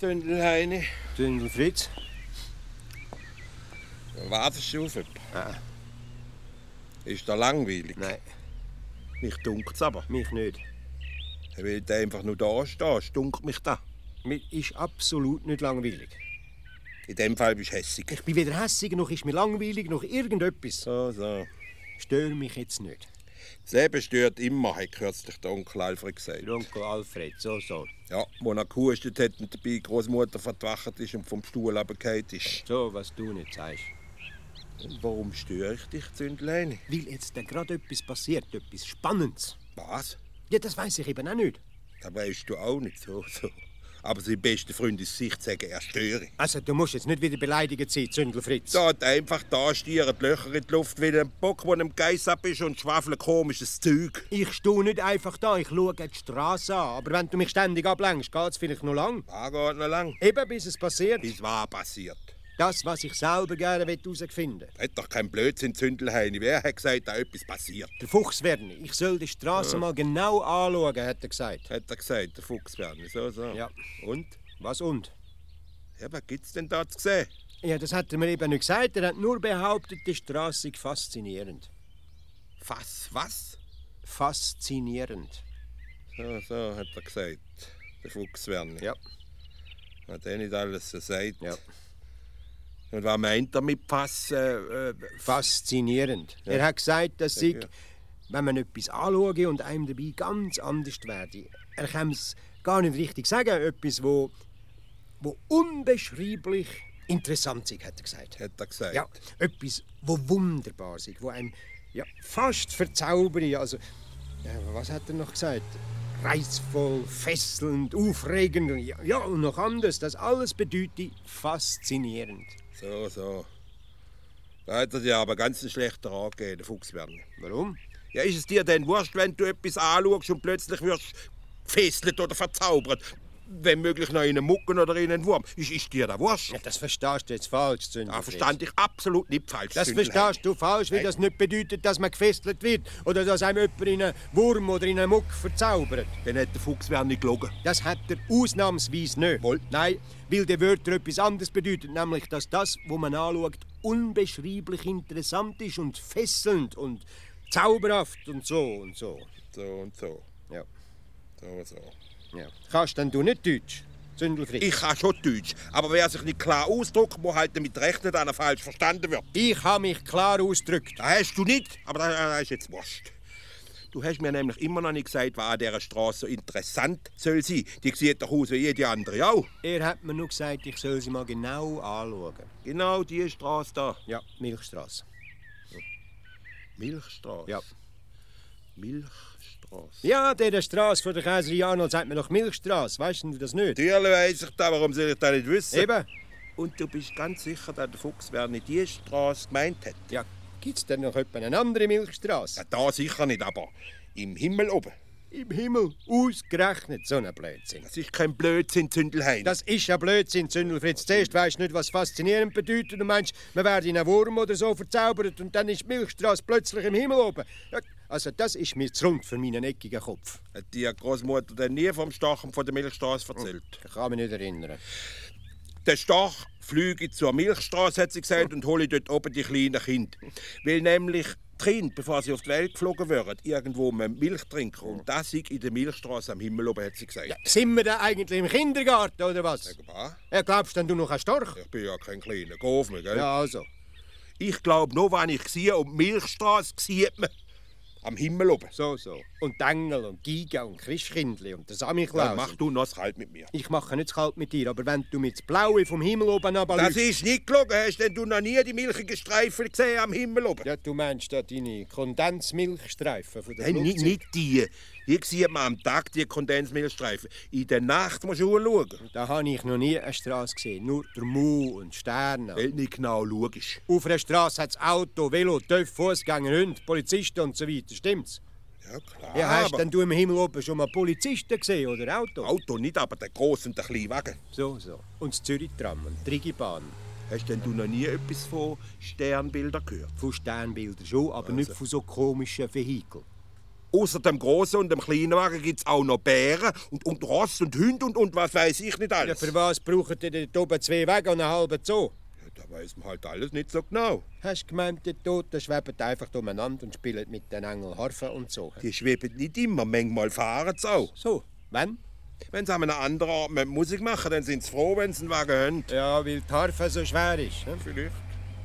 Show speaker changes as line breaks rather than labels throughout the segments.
Dündel Heini.
Dündel Fritz.
Wadenstufe.
Nein,
Ist da langweilig?
nein,
Mich dunkt's aber.
mich nicht.
Weil du einfach nur da stehst, dunkt mich da.
Mir ist absolut nicht langweilig.
In dem Fall bist du hässig.
Ich bin weder hässig, noch ist mir langweilig, noch irgendetwas.
So, so.
Stör mich jetzt nicht.
Das Leben stört immer, hat kürzlich der Onkel Alfred gesagt.
Der Onkel Alfred, so, so.
Ja, wo er gehustet hat und dabei die Großmutter vertwacht ist und vom Stuhl runtergefallen ist.
So, was du nicht sagst.
Und warum störe ich dich, Zündlein?
Weil jetzt dann gerade etwas passiert, etwas Spannendes.
Was?
Ja, das weiß ich eben auch nicht.
Das weißt du auch nicht so. so. Aber sein bester Freund ist sich zu sagen, er störe.
Also, du musst jetzt nicht wieder beleidigt sein, Zündelfritz.
Da hat einfach da stieren die Löcher in die Luft wie ein Bock, der im Geiss ab ist und schwafelt komisches Zeug.
Ich stehe nicht einfach da, ich schaue die Straße an. Aber wenn du mich ständig ablenkst, geht's vielleicht noch lang.
Da geht noch lang.
Eben, bis es passiert.
Bis was passiert?
Das, was ich selber gerne herausfinden will.
Hat doch kein Blödsinn, Zündelheini. Wer hat gesagt, da etwas passiert?
Der Fuchs werden. Ich soll die Straße mal genau anschauen, hat er gesagt.
Hat er gesagt, der Fuchsbärne. So, so.
Ja.
Und?
Was und?
Ja, was gibt's denn da zu sehen?
Ja, das hat er mir eben nicht gesagt. Er hat nur behauptet, die Straße sei faszinierend.
Was? Was?
Faszinierend.
So, so, hat er gesagt. Der Fuchswärni.
Ja.
Hat er nicht alles gesagt?
Ja.
Und was meint er mit Pass? Äh, äh,
Faszinierend. Er hat gesagt, dass ich,
ja.
wenn man etwas anschaue und einem dabei ganz anders werde, er kann es gar nicht richtig sagen, etwas, wo, wo unbeschreiblich interessant ist, hat er gesagt.
hat er gesagt.
Ja, etwas, wo wunderbar ist, wo einem ja, fast verzaubert. Also, äh, was hat er noch gesagt? Reizvoll, fesselnd, aufregend. und Ja, ja, und noch anders. Das alles bedeutet faszinierend.
So, so. Da hat er dir aber ganz einen schlechten Rat gegeben, der Fuchswärni.
Warum?
Ja, ist es dir denn wurscht, wenn du etwas anschaust und plötzlich wirst gefesselt oder verzaubert? Wenn möglich noch in einen Mucken oder in einen Wurm. Ist, ist dir da wurscht?
Ja, das verstehst du jetzt falsch, Zündel.
Da verstand ich absolut nicht falsch.
Ah, Das
Zündlein.
verstehst du falsch, weil das nicht bedeutet, dass man gefesselt wird oder dass einem jemand in einen Wurm oder in einen Muck verzaubert.
Dann hat der Fuchswärni gelogen.
Das hat er ausnahmsweise nicht.
Wohl.
Nein, weil die Wörter etwas anderes bedeuten, nämlich, dass das, was man anschaut, unbeschreiblich interessant ist und fesselnd und zauberhaft und so und so.
So und so.
Ja,
So und so.
ja. Kannst denn du nicht Deutsch, Zündelfried?
Ich kann schon Deutsch, aber wer sich nicht klar ausdrückt, muss halt damit rechnen, dass er falsch verstanden wird.
ich habe mich klar ausgedrückt.
Das hast du nicht, aber das, das ist jetzt wurscht. Du hast mir nämlich immer noch nicht gesagt, was an dieser Straße so interessant soll sein. Die sieht doch aus wie jede andere auch.
Er hat mir nur gesagt, ich soll sie mal genau anschauen.
Genau diese Straße da.
Ja, Milchstraße.
Milchstraße.
Ja.
Milchstraße.
Ja, der Straße von der Kaiserin Arnold sagt man doch Milchstraße. Weißt du das nicht?
Natürlich weiss ich das, warum soll ich das nicht wissen?
Eben.
Und du bist ganz sicher, dass der Fuchswärni diese Straße gemeint hat?
Ja, gibt's denn noch etwa eine andere Milchstraße?
Ja, da sicher nicht, aber im Himmel oben.
Im Himmel, ausgerechnet so ein Blödsinn.
Das ist kein Blödsinn, Zündelheim.
Das ist ein Blödsinn, Zündelfritz. Zuerst weisst du nicht, was faszinierend bedeutet und meinst, man werde in einen Wurm oder so verzaubert und dann ist die Milchstraße plötzlich im Himmel oben. Ja, also das ist mir zu rund für meinen eckigen Kopf.
Hat die Großmutter denn nie vom Stach und von der Milchstraße erzählt?
Ich kann mich nicht erinnern.
Der Stach flüge zur Milchstraße, hat sie gesagt, und hole dort oben die kleinen Kinder. Weil nämlich die Kinder, bevor sie auf die Welt geflogen wären, irgendwo müssen Milch trinken. Und das sei in der Milchstraße am Himmel oben, hat sie gesagt.
Ja, sind wir denn eigentlich im Kindergarten oder was?
Ja.
Ja, glaubst du denn, du noch ein Storch?
Ich bin ja kein kleiner Golf mehr, gell?
Ja, also.
Ich glaube nur, wenn ich sehe, und die Milchstraße sieht man am Himmel oben.
So, so. Und die Engel und Giga und Christkindli und der Samichlaus.
Dann mach du noch das kalt mit mir.
Ich mache nicht zu kalt mit dir, aber wenn du mit das Blaue vom Himmel oben
Das
ablügst...
ist nicht gelogen. Hast denn du noch nie die milchigen Streifen gesehen am Himmel oben?
Ja, du meinst da deine Kondensmilchstreifen von der
Nein, nicht,
Flugzeug-
nicht die. Die sieht man am Tag, die Kondensmilchstreifen. In der Nacht musst du schauen.
Da habe ich noch nie eine Straße gesehen, nur der Mu und Sterne.
Weil du nicht genau schaust.
Auf einer Straße hat es Auto, Velo, Töpfe, Fußgänger, Hunde, Polizisten und so weiter, stimmt's?
Ja, klar.
Ja, hast
Ah, aber
denn du im Himmel oben schon mal Polizisten gesehen oder Auto?
Auto nicht, aber der große und der kleine Wagen.
So, so. Und das Zürich-Tram und die Rigibahn.
Hast denn du noch nie etwas von Sternbildern gehört? Also.
Von Sternbildern schon, aber nicht von so komischen Vehikeln.
Außer dem großen und dem kleinen Wagen gibt es auch noch Bären und, und Ross und Hunde und, und was weiß ich nicht
Ja,
alles.
für was braucht ihr dort oben zwei Wege und einen halben Zoo?
da weiß man halt alles nicht so genau.
Hast du gemeint, die Toten schweben einfach umeinander und spielen mit den Engeln Harfe und so?
Die schweben nicht immer, manchmal fahren sie auch.
So, wenn?
Wenn sie an einem anderen Ort mit Musik machen, dann sind sie froh, wenn sie einen Wagen haben.
Ja, weil die Harfe so schwer ist. ne?
Vielleicht.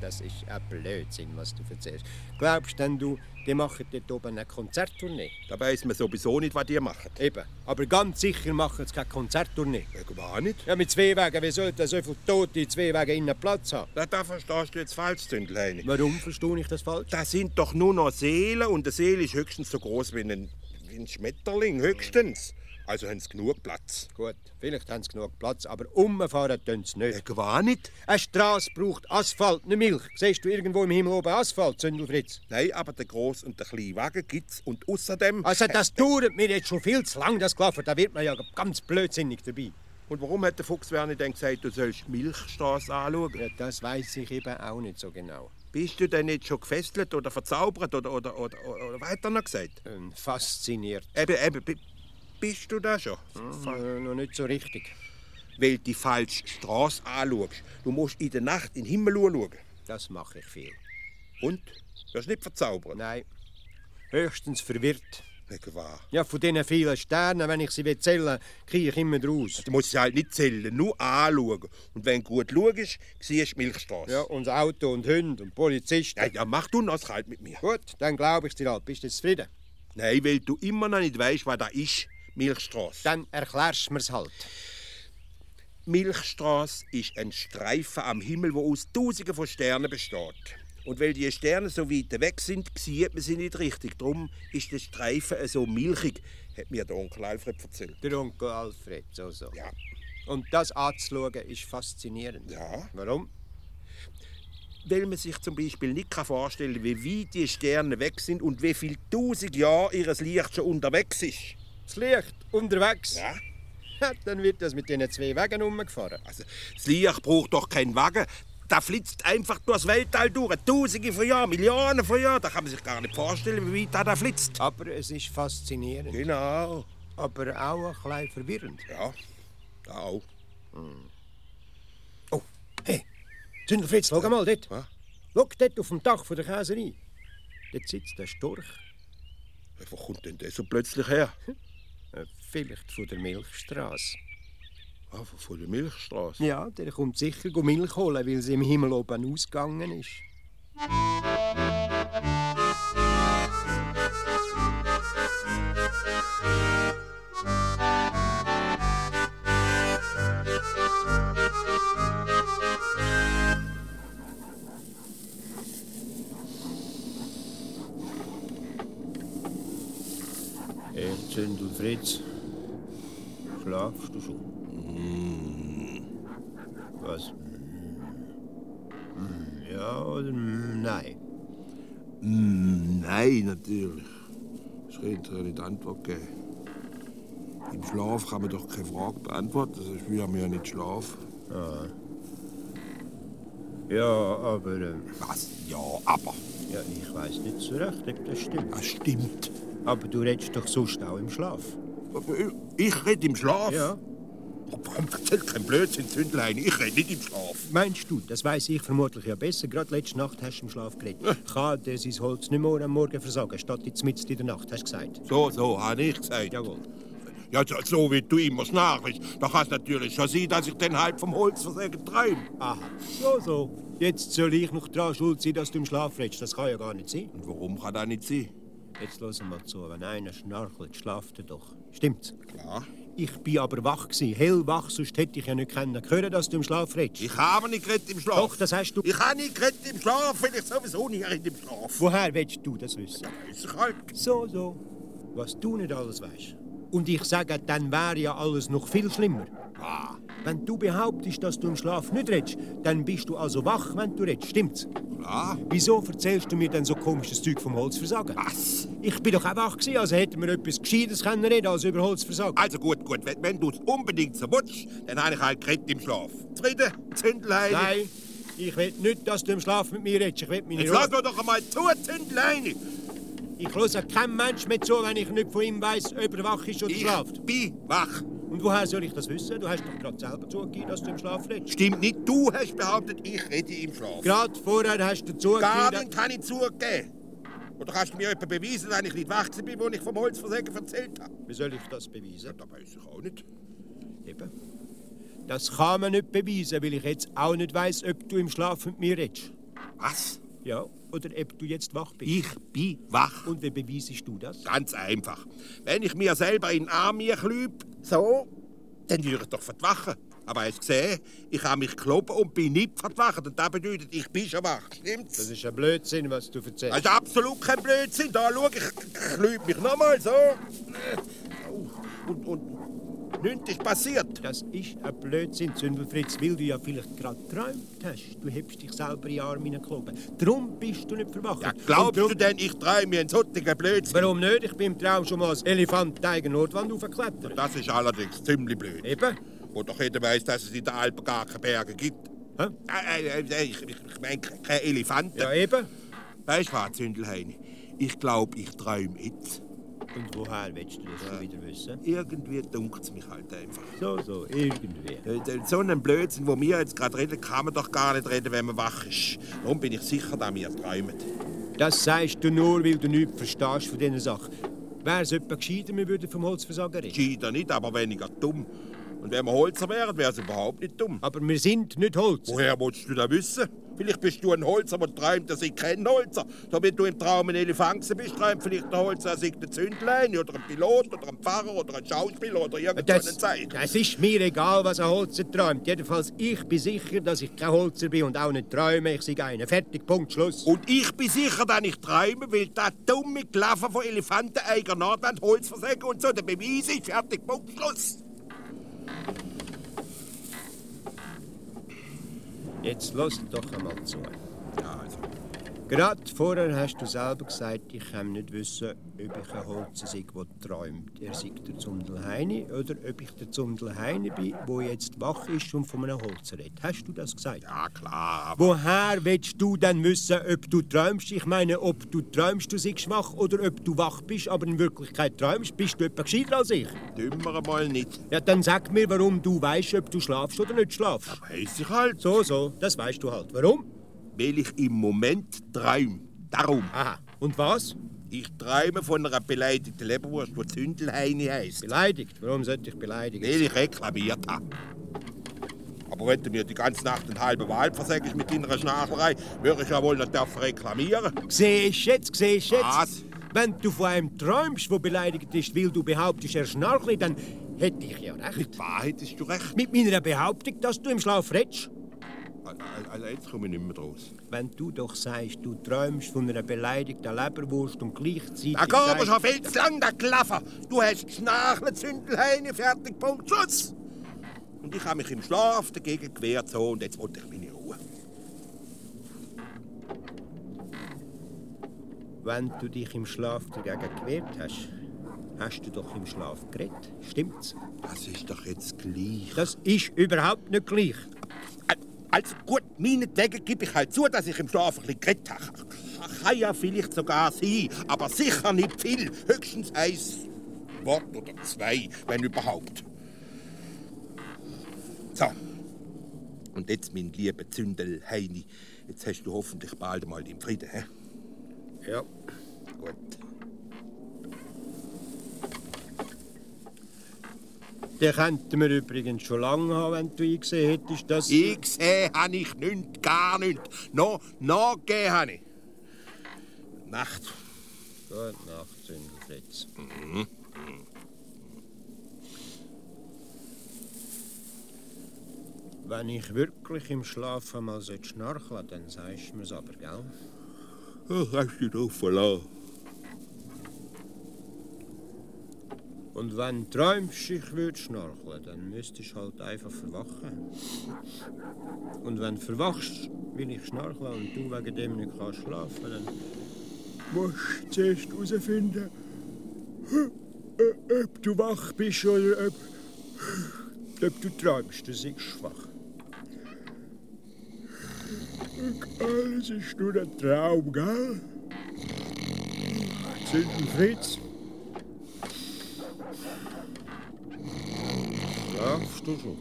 Das ist ein Blödsinn, was du erzählst. Glaubst denn du, die machen dort oben eine Konzerttournee?
Da weiß man sowieso nicht, was die machen.
Eben. Aber ganz sicher machen sie keine Konzerttournee.
Wegen war nicht?
Ja, mit zwei Wegen, wie sollten so viele Tote in zwei Wegen innen Platz haben?
Da, da verstehst du jetzt falsch, Zündlein.
Warum verstehe ich das falsch?
Das sind doch nur noch Seelen und eine Seele ist höchstens so groß wie ein, wie ein Schmetterling, höchstens. Also haben sie genug Platz.
Gut, vielleicht haben sie genug Platz, aber umfahren tun sie nicht.
Wegen war nicht?
Eine Straße braucht Asphalt, nicht Milch. Siehst du irgendwo im Himmel oben Asphalt, Zündelfritz?
Nein, aber der groß und der kleine Wagen gibt's und außerdem.
Also das dauert mir jetzt schon viel zu lang, das Klaffer. Da wird man ja ganz blödsinnig dabei.
Und warum hat der Fuchswerni denn gesagt, du sollst die Milchstraße anschauen?
Ja, das weiß ich eben auch nicht so genau.
Bist du denn nicht schon gefesselt oder verzaubert oder, oder, oder, oder, oder weiter noch gesagt?
Ähm, fasziniert.
Eben, eben, bi- bist du da schon?
Äh,
Mhm.
noch nicht so richtig.
Weil du die falsche Straße anschaust. Du musst in der Nacht in den Himmel schauen.
Das mache ich viel.
Und? Wirst nicht verzaubert?
Nein. Höchstens verwirrt.
Wegen wahr.
Ja, von diesen vielen Sternen, wenn ich sie will zählen, kriege ich immer draus.
Du musst sie halt nicht zählen, nur anschauen. Und wenn du gut schaust, siehst du die Milchstraße.
Ja, und das Auto und Hunde und Polizisten.
Ja, ja, mach du noch das kalt mit mir.
Gut, dann glaube ich dir halt. Bist du jetzt zufrieden?
Nein, weil du immer noch nicht weißt, was da ist. Milchstraße.
Dann erklärst du mir's halt.
Milchstraße ist ein Streifen am Himmel, wo aus Tausenden von Sternen besteht. Und weil die Sterne so weit weg sind, sieht man sie nicht richtig. Drum ist der Streifen so milchig, hat mir der Onkel Alfred erzählt.
Der Onkel Alfred, so, so.
Ja.
Und das anzuschauen ist faszinierend.
Ja.
Warum?
Weil man sich zum Beispiel nicht kann vorstellen kann, wie weit die Sterne weg sind und wie viel tausend Jahre ihres Licht schon unterwegs ist.
Das Licht unterwegs.
Ja.
Ha, Dann wird das mit diesen zwei Wegen umgefahren.
Also, das Licht braucht doch keinen Wagen. Da flitzt einfach durchs Weltall durch. Tausende von Jahren, Millionen von Jahren. Da kann man sich gar nicht vorstellen, wie weit da, da flitzt.
Aber es ist faszinierend.
Genau.
Aber auch ein klein verwirrend.
Ja, da auch.
Oh, hey, Zündelfritz, schau mal dort.
Was?
Schau dort auf dem Dach von der Käserei. Dort sitzt der Storch.
Wo kommt denn der so plötzlich her?
Äh, Vielleicht von der Milchstraße.
Ah, von- von der Milchstraße.
Ja, der kommt sicher go Milch holen, weil sie im Himmel oben ausgegangen ist. Hey, Zündel Fritz, schlafst du schon? Was? Mm, Ja oder mm, nein?
Nein, natürlich. Ich könnte ja nicht Antwort geben. Im Schlaf kann man doch keine Frage beantworten, sonst wir haben ja nicht Schlaf.
Ja, aber ähm,
Was? Ja, aber.
ja, ich weiß nicht so recht, ob das stimmt.
Das stimmt.
Aber du redest doch sonst auch im Schlaf.
Aber ich- Ich rede im Schlaf.
Ja.
Erzähl kein Blödsinn, Zündlein. Ich rede nicht im Schlaf.
Meinst du, das weiß ich vermutlich ja besser. Gerade letzte Nacht hast du im Schlaf geredet. Kann der sein Holz nicht mehr am Morgen versagen, statt jetzt mitten in der Nacht, hast du gesagt.
So, so, habe ich gesagt.
Jawohl.
Ja, so, so wie du immer schnarchst. Da kann es natürlich schon sein, dass ich den halb vom Holzversägen träume.
Aha, so, so. Jetzt soll ich noch dran schuld sein, dass du im Schlaf redest. Das kann ja gar nicht sein.
Und warum kann das nicht sein?
Jetzt hören wir mal zu. Wenn einer schnarchelt, schlaft er doch. Stimmt's?
Klar.
Ich bin aber wach gsi, hellwach, sonst hätte ich ja nicht können hören, dass du im Schlaf redest.
Ich habe nicht geredet im Schlaf.
Doch, das hast du.
Ich habe nicht geredet im Schlaf, weil ich sowieso nicht rede im Schlaf.
Woher willst du das wissen?
Ist doch halt.
So, so. Was du nicht alles weißt. Und ich sage, dann wäre ja alles noch viel schlimmer.
Ah,
Wenn du behauptest, dass du im Schlaf nicht redest, dann bist du also wach, wenn du redest, stimmt's?
klar.
Wieso erzählst du mir denn so komisches Zeug vom Holzversagen?
Was?
Ich bin doch auch wach gsi, also hätten wir etwas Gescheites können reden als über Holzversagen.
Also gut, gut. Wenn, wenn du es unbedingt so willst, dann habe ich halt geredet im Schlaf. Zufrieden? Zündlein?
Nein, ich will nicht, dass du im Schlaf mit mir redest. Ich will meine
Jetzt
Ruhe.
lass mir doch einmal zu, Zündlein.
Ich höre kein Mensch mehr zu, wenn ich nicht von ihm weiß, ob er wach ist oder schlaft.
bin wach.
Und woher soll ich das wissen? Du hast doch gerade selber zugegeben, dass du im Schlaf redest.
Stimmt nicht, du hast behauptet, ich rede im Schlaf.
Gerade vorher hast du
Gar
zugegeben.
nicht kann ich zugeben. Oder kannst du mir jemanden beweisen, wenn ich nicht wach gewesen bin, wo ich vom Holzversägen erzählt habe?
Wie soll ich das beweisen?
Das weiß ich auch nicht.
Eben. Das kann man nicht beweisen, weil ich jetzt auch nicht weiß, ob du im Schlaf mit mir redest.
Was?
Ja, oder ob du jetzt wach bist.
Ich bin wach.
Und wie beweisest du das?
Ganz einfach. Wenn ich mir selber in den Arm klübe, so, dann würde ich doch verdwachen. Aber hast du gesehen, ich habe mich gelobt und bin nicht verdwacht. Und das bedeutet, ich bin schon wach.
Das
Stimmt's?
ist ein Blödsinn, was du erzählst.
Das ist absolut kein Blödsinn. Da schau, ich klübe mich nochmal so. Oh, Und, und nichts ist passiert.
Das ist ein Blödsinn, Zündelfritz, weil du ja vielleicht gerade geträumt hast. Du hebst dich selber in die Arme in den Kloben. Darum bist du nicht verwacht.
Ja, glaubst
Und
du denn, ich träume mir einen solchen Blödsinn?
Warum nicht? Ich bin im Traum schon mal als Elefant die eigene Nordwand aufgeklettert.
Das ist allerdings ziemlich blöd.
Eben.
Wo doch jeder weiß, dass es in den Alpen gar keine Berge gibt.
Hä?
Äh, äh, äh, Ich, ich, ich meine, keine Elefanten.
Ja, eben.
Weißt du was, Zündelheini? Ich glaube, ich träume jetzt.
Und woher willst du das schon wieder wissen?
Irgendwie dunkelt es mich halt einfach.
So, so, irgendwie.
Äh, äh, So einen Blödsinn, wo wir jetzt gerade reden, kann man doch gar nicht reden, wenn man wach ist. Darum bin ich sicher, dass wir träumen.
Das sagst du nur, weil du nichts verstehst von diesen Sachen. Wäre es etwa gescheiter, wir würden vom Holzversagen reden.
Gescheiter nicht, aber weniger dumm. Und wenn wir Holzer wären, wäre es überhaupt nicht dumm.
Aber wir sind nicht Holz.
Woher willst du das wissen? Vielleicht bist du ein Holzer, der träumt, dass ich kein Holzer. So wie du im Traum ein Elefant gewesen bist, träumt vielleicht ein Holzer, dass ich ein Zündlein oder ein Pilot oder ein Pfarrer oder ein Schauspieler oder irgendeinen
Das,
Zeichen.
das ist mir egal, was ein Holzer träumt. Jedenfalls, ich bin sicher, dass ich kein Holzer bin und auch nicht träume. Ich sei einer. Fertig, Punkt, Schluss.
Und ich bin sicher, dass ich träume, weil das dumme Klaffen von Elefanten eiger Nordwand Holz versenken und so der Beweis ist fertig, Punkt, Schluss.
Jetzt lass doch einmal zu.
Ja, also,
Gerade vorher hast du selber gesagt, ich kann nicht wissen, ob ich ein Holzer sei, der träumt. Er sei der Zundelheini oder ob ich der Zundelheini bin, der jetzt wach ist und von einem Holzer redet. Hast du das gesagt?
ja klar, aber
Woher willst du denn wissen, ob du träumst? Ich meine, ob du träumst, du seist schwach, oder ob du wach bist, aber in Wirklichkeit träumst, bist du etwa gescheiter als ich.
dümmer mal nicht.
Ja, dann sag mir, warum du weißt, ob du schlafst oder nicht schlafst.
Weiss ich halt,
So, so, das weißt du halt. Warum?
weil ich im Moment träume. Darum.
Aha. Und was?
Ich träume von einer beleidigten Leberwurst, die Zündelheini heisst.
Beleidigt. Warum sollte ich beleidigen?
Weil ich reklamiert habe. Aber wenn du mir die ganze Nacht einen halben Wald versagst mit deiner Schnarcherei, würde ich ja wohl nicht dürfen reklamieren.
Siehst jetzt, siehst jetzt.
Was?
Wenn du von einem träumst, wo beleidigt ist, weil du behauptest, er schnarchelt, dann hätte ich ja recht.
Mit Wahrheit ist du recht.
Mit meiner Behauptung, dass du im Schlaf redest.
Also, also jetzt komme ich nicht mehr draus.
Wenn du doch sagst, du träumst von einer beleidigten Leberwurst und gleichzeitig.
Da geht aber
sagst-
schon viel zu lang, der Klaffer. Du hast Schnarchen, Zündelheini, fertig, Punkt, Schluss. Und ich habe mich im Schlaf dagegen gewehrt so, und jetzt wollte ich meine Ruhe.
Wenn du dich im Schlaf dagegen gewehrt hast, hast du doch im Schlaf geredet. Stimmt's?
Das ist doch jetzt gleich.
Das ist überhaupt nicht gleich.
Also gut, meinetwegen gebe ich halt zu, dass ich im Schlaf ein bisschen geredet habe. Kann ja vielleicht sogar sein, aber sicher nicht viel. Höchstens ein Wort oder zwei, wenn überhaupt. So. Und jetzt, mein lieber Zündel Heini, jetzt hast du hoffentlich bald mal den Frieden, hä?
Ja.
Gut.
Den könnten wir übrigens schon lange haben, wenn du eingesehen hättest, dass.
Ich sehe, habe ich nichts, gar nichts. Noch, noch gegeben habe ich. Nacht.
Gute Nacht, Sündelfritz. Wenn ich wirklich im Schlaf einmal schnarcheln sollte, dann sagst du mir's aber, gell?
Oh, hast du doch verloren.
Und wenn du träumst, ich würde schnarchen, dann müsstest du halt einfach verwachen. Und wenn du verwachst, will ich schnarchen und du wegen dem nicht kannst schlafen, dann musst du zuerst herausfinden, ob du wach bist oder ob, ob du träumst. Das ist schwach. Alles ist nur ein Traum, gell? Sündenfried.
Schlafst du schon?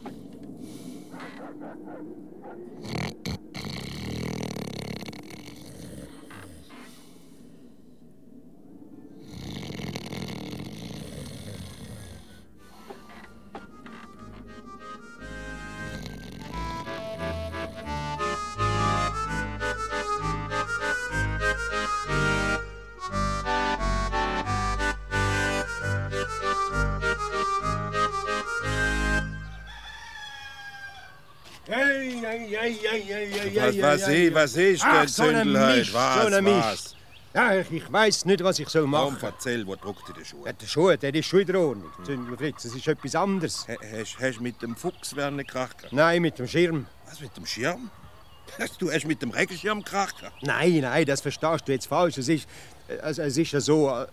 Ei, ei, ei, ei, ei, ei,
Was,
ei,
was,
ei, ei.
ich, was ist denn
Ach, so eine
Zündel heute?
Mist, so
Was,
eine
was?
Mist. Ja, ich, ich weiß nicht, was ich soll
Komm,
machen soll.
erzähl, wo drückt dir der Schuh?
Ja, der Schuh, der ist schon in der Ordnung. Zündel Fritz, das ist etwas anderes.
Ha- Hast hast du mit dem Fuchs einen Krach gehabt?
Nein, mit dem Schirm.
Was, mit dem Schirm? Du hast mit dem Regenschirm Krach gehabt?
Nein, nein, das verstehst du jetzt falsch. Es ist, also, es ist ja so. äh,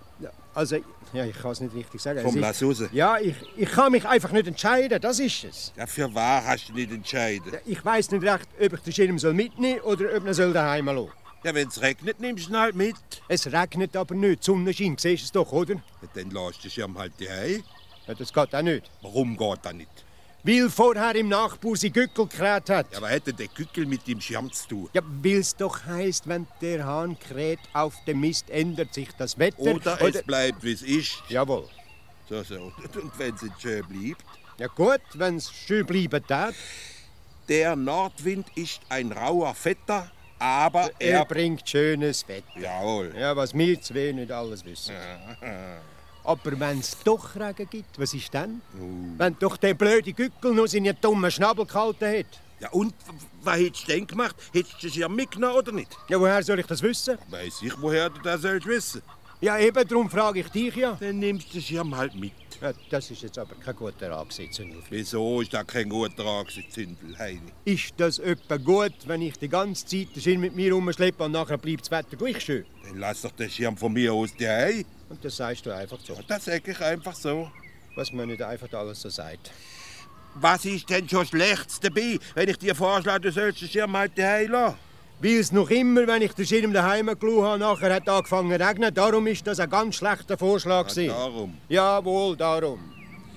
Also, ja, ich kann es nicht richtig sagen.
Komm,
es
lass
ist,
raus.
Ja, ich, ich kann mich einfach nicht entscheiden, das ist es.
Ja, für wahr hast du nicht entschieden.
Ich weiß nicht recht, ob ich den Schirm soll mitnehmen oder ob ich ihn soll daheim lassen soll.
Ja, wenn es regnet, nimmst du ihn halt mit.
Es regnet aber nicht, die Sonne scheint, siehst du es doch, oder?
Ja, dann lässt du den Schirm halt daheim.
Ja, das geht auch nicht.
Warum geht das nicht?
Weil vorher im Nachbar sie Gückel gekräht hat.
Ja, was hat denn der Kückel mit dem Schirm zu tun?
Ja, weil es doch heisst, wenn der Hahn kräht auf dem Mist, ändert sich das Wetter.
Oder es bleibt, wie es ist.
Jawohl.
So, so. Und wenn es nicht schön bleibt?
Ja gut, wenn es schön bleiben darf.
Der Nordwind ist ein rauer Vetter, aber
Er
er...
bringt schönes Wetter.
Jawohl.
Ja, was wir zwei nicht alles wissen. Aber wenn es doch Regen gibt, was ist dann? Wenn doch der blöde Gückel nur seinen dummen Schnabel gehalten hat.
Ja, und w- was hättest du denn gemacht? Hättest du den Schirm mitgenommen oder nicht?
Ja, woher soll ich das wissen?
Weiß ich, woher du das sollst wissen.
Ja, eben, darum frage ich dich ja.
Dann nimmst du den Schirm halt mit.
ja das ist jetzt aber kein guter Absatz, Ulf.
Wieso ist da kein guter Ansicht, Zündel, Heini?
Ist das etwa gut, wenn ich die ganze Zeit den Schirm mit mir rumschleppe und nachher bleibt das Wetter gleich schön?
Dann lass doch den Schirm von mir aus daheim.
Und das sagst du einfach so,
Ja, das sag ich einfach so.
was man nicht einfach alles so sagt.
Was ist denn schon Schlechtes dabei, wenn ich dir vorschlage, du sollst den Schirm halt daheim lassen?
Weil es noch immer, wenn ich den Schirm daheim geschaut habe, nachher hat angefangen zu regnen. Darum ist das ein ganz schlechter Vorschlag.
Ah,
gewesen.
darum.
Jawohl, darum.